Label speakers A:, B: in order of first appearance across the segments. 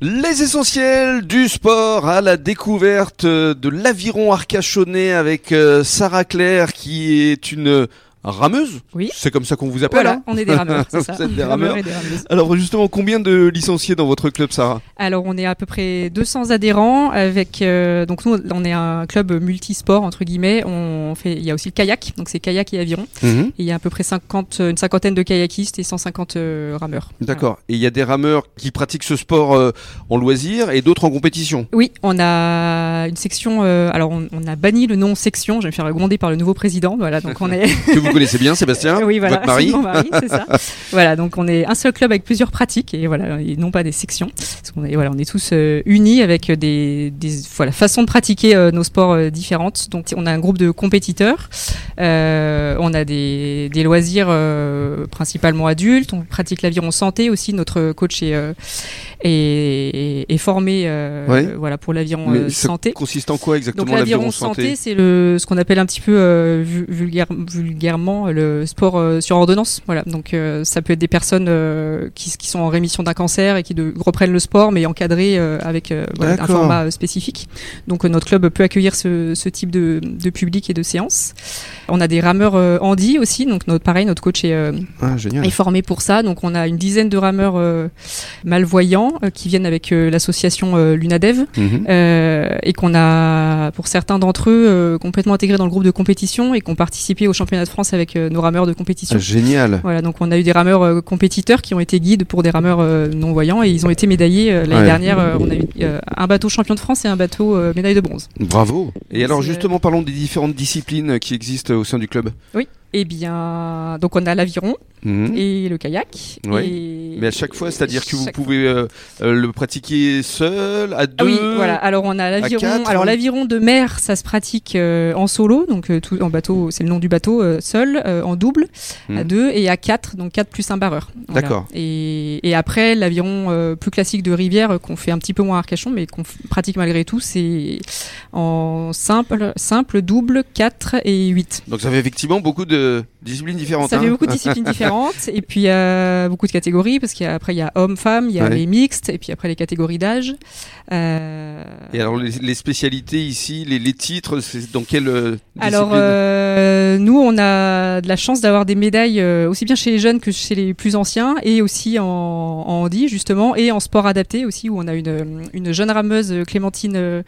A: Les essentiels du sport à la découverte de l'aviron arcachonnais avec euh, Sarah Claire qui est une rameuse.
B: Oui.
A: C'est comme ça qu'on vous appelle.
B: Voilà,
A: hein
B: on est des rameurs, c'est ça.
A: Vous êtes des rameurs.
B: et des rameuses.
A: Alors justement, combien de licenciés dans votre club, Sarah
B: Alors, on est à peu près 200 adhérents avec euh, donc nous on est un club multisport entre guillemets. On fait il y a aussi le kayak, donc c'est kayak et aviron.
A: Mhm.
B: Et il y a à peu près 50 une cinquantaine de kayakistes et 150 euh, rameurs.
A: D'accord. Et il y a des rameurs qui pratiquent ce sport euh, en loisir et d'autres en compétition.
B: Voilà. Oui, on a une section. euh, alors, on, on a banni le nom section. Je vais me faire gronder par le nouveau président. Voilà, donc on est.
A: Que vous connaissez bien, Sébastien
B: oui, voilà.
A: Votre mari
B: Mon mari, c'est ça. voilà, donc on est un seul club avec plusieurs pratiques et voilà, et non pas des sections. Parce qu'on est, voilà, on est tous euh, unis avec des, des voilà, façons de pratiquer euh, nos sports euh, différentes. Donc on a un groupe de compétiteurs, euh, on a des, des loisirs euh, principalement adultes, on pratique l'aviron santé aussi. Notre coach est, euh, est, est formé euh,
A: Ouais.
B: voilà, pour l'aviron
A: Mais
B: euh,
A: ça
B: santé.
A: consiste en quoi exactement
B: Donc l'aviron santé, c'est le ce qu'on appelle un petit peu euh, vu- vulgaire- vulgairement le sport euh, sur ordonnance. Voilà. Donc euh, ça peut être des personnes euh, qui, qui sont en rémission d'un cancer et qui de- reprennent le sport, mais encadrées euh, avec euh, voilà, un
A: D'accord.
B: format euh, spécifique. Donc euh, notre club peut accueillir ce, ce type de, de public et de séances. On a des rameurs euh, Andy aussi. Donc notre pareil, notre coach est euh,
A: Ah, génial.
B: est formé pour ça. Donc on a une dizaine de rameurs euh, malvoyants euh, qui viennent avec euh, l'association euh, Lunadev
A: Mhm.
B: euh, et qu'on a, pour certains d'entre eux, euh, complètement intégrés dans le groupe de compétition et qu'on participé au championnat de France avec euh, nos rameurs de compétition.
A: Ah, génial.
B: Voilà, donc on a eu des rameurs euh, compétiteurs qui ont été guides pour des rameurs euh, non-voyants et ils ont été médaillés euh, l'année
A: Ouais.
B: dernière. euh, on a eu euh, un bateau champion de France et un bateau euh, médaille de bronze.
A: Bravo. Et alors
B: C'est- euh,
A: justement, parlons des différentes disciplines qui existent au sein du club.
B: Eh bien, donc on a l'aviron
A: Mhm.
B: et le kayak.
A: Ouais.
B: et-
A: Mais à chaque fois, c'est-à-dire que vous
B: Chaque
A: pouvez euh, euh, le pratiquer seul, à deux.
B: Ah oui, voilà. Alors on a l'aviron.
A: quatre,
B: Alors
A: oui.
B: l'aviron de mer, ça se pratique euh, en solo, donc euh, tout en bateau, c'est le nom du bateau, euh, seul, euh, en double,
A: Hmm.
B: à deux et à quatre, donc quatre plus un barreur. Voilà.
A: D'accord.
B: Et, et après l'aviron euh, plus classique de rivière euh, qu'on fait un petit peu moins à Arcachon, mais qu'on f- pratique malgré tout, c'est en simple, simple, double, 4 et 8
A: Donc ça fait effectivement beaucoup de disciplines différentes.
B: ça fait
A: hein.
B: beaucoup de disciplines différentes et puis euh, beaucoup de catégories parce qu'après il y a hommes, femmes, il y a
A: Ouais.
B: les mixtes et puis après les catégories d'âge. Euh,
A: Et alors les, les spécialités ici, les, les titres, c'est dans quelle euh,
B: Alors
A: discipline
B: euh, nous, on a de la chance d'avoir des médailles euh, aussi bien chez les jeunes que chez les plus anciens et aussi en, en handi justement et en sport adapté aussi où on a une, euh, une jeune rameuse euh, Clémentine euh,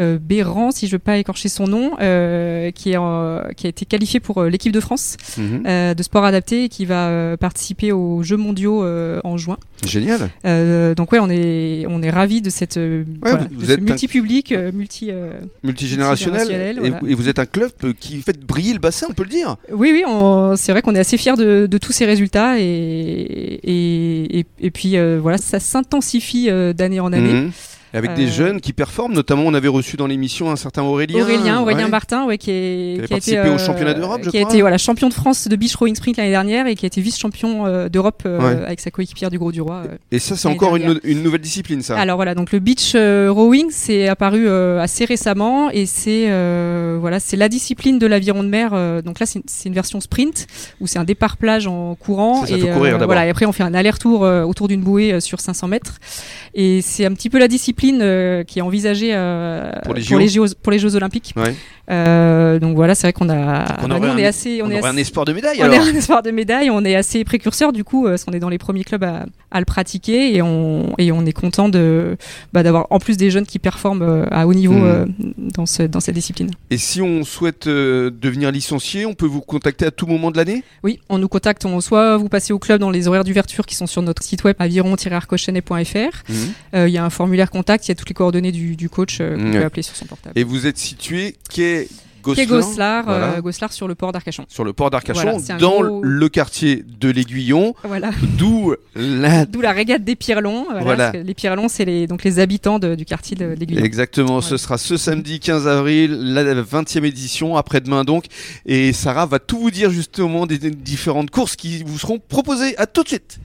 B: euh, Béran, si je veux pas écorcher son nom, euh, qui, est en- qui a été qualifiée pour euh, l'équipe de France
A: Mhm.
B: euh, de sport adapté et qui va euh, participer aux Jeux mondiaux euh, en juin.
A: Génial.
B: Euh, donc ouais, on est on est ravi de cette euh, voilà,
A: vous-
B: de
A: vous
B: ce
A: êtes un-
B: multi-public, euh, multi. euh,
A: Multigénérationnel.
B: Multigénérationnel,
A: Et,
B: voilà.
A: vous- et vous êtes un club euh, qui fait briller le bassin, on peut le dire.
B: Oui, oui, on- c'est vrai qu'on est assez fiers de, de tous ces résultats et, et, et, et puis euh, voilà, ça s'intensifie euh, d'année en année.
A: Mhm. Et Avec des
B: Euh,
A: jeunes qui performent, notamment on avait reçu dans l'émission un certain Aurélien.
B: Aurélien, Aurélien
A: Ouais.
B: Martin, ouais, qui, est,
A: avait
B: qui a été euh,
A: participé au championnat d'Europe, je
B: qui a
A: crois.
B: été voilà champion de France de beach rowing sprint l'année dernière et qui a été vice champion d'Europe euh,
A: Ouais.
B: avec sa coéquipière du Gros du Roi. euh,
A: Et ça, c'est
B: L'année
A: encore une,
B: dernière.
A: une nouvelle discipline, ça.
B: Alors voilà, donc le beach euh, rowing c'est apparu euh, assez récemment et c'est euh, voilà, c'est la discipline de l'aviron de mer. euh, donc là c'est c'est une version sprint où c'est un départ plage en courant
A: C'est ça,
B: et euh,
A: faut courir d'abord.
B: voilà, et après on fait un aller-retour euh, autour d'une bouée euh, sur 500 mètres et c'est un petit peu la discipline euh, qui est envisagée euh,
A: Pour les
B: pour, les Jeux, pour les Jeux olympiques.
A: Ouais.
B: Euh, donc voilà, c'est vrai qu'on a
A: on
B: bah,
A: aurait
B: nous, on
A: un-
B: est assez
A: on,
B: est
A: aurait un
B: assez-
A: espoir de médaille.
B: on est
A: alors.
B: un espoir de médaille, on est assez précurseur du coup, euh, parce qu'on est dans les premiers clubs à, à le pratiquer et on, et on est content de bah, d'avoir en plus des jeunes qui performent euh, à haut niveau
A: Mhm.
B: euh, dans, ce, dans cette discipline.
A: Et si on souhaite euh, devenir licencié, on peut vous contacter à tout moment de l'année
B: Oui, on nous contacte, on soit vous passez au club dans les horaires d'ouverture qui sont sur notre site web aviron-arcochenet.fr. Euh, Il y a un formulaire contact, il y a toutes les coordonnées du, du coach euh, qu'on
A: Mhm.
B: peut appeler sur son portable.
A: Et vous êtes situé quai Gosselin,
B: Quai Gosselard, euh,
A: Voilà.
B: Gosselard sur le port d'Arcachon.
A: sur le port d'Arcachon,
B: Voilà, c'est un
A: dans
B: gros-
A: le quartier de l'Aiguillon,
B: Voilà.
A: d'où la...
B: D'où la régate des Pirlons. Voilà,
A: Voilà.
B: parce que les Pirlons, c'est les, donc les habitants de- du quartier de, de l'Aiguillon.
A: Exactement, ce
B: Ouais.
A: sera ce samedi 15 avril, la 20e édition, après-demain donc. Et Sarah va tout vous dire justement des des différentes courses qui vous seront proposées. À tout de suite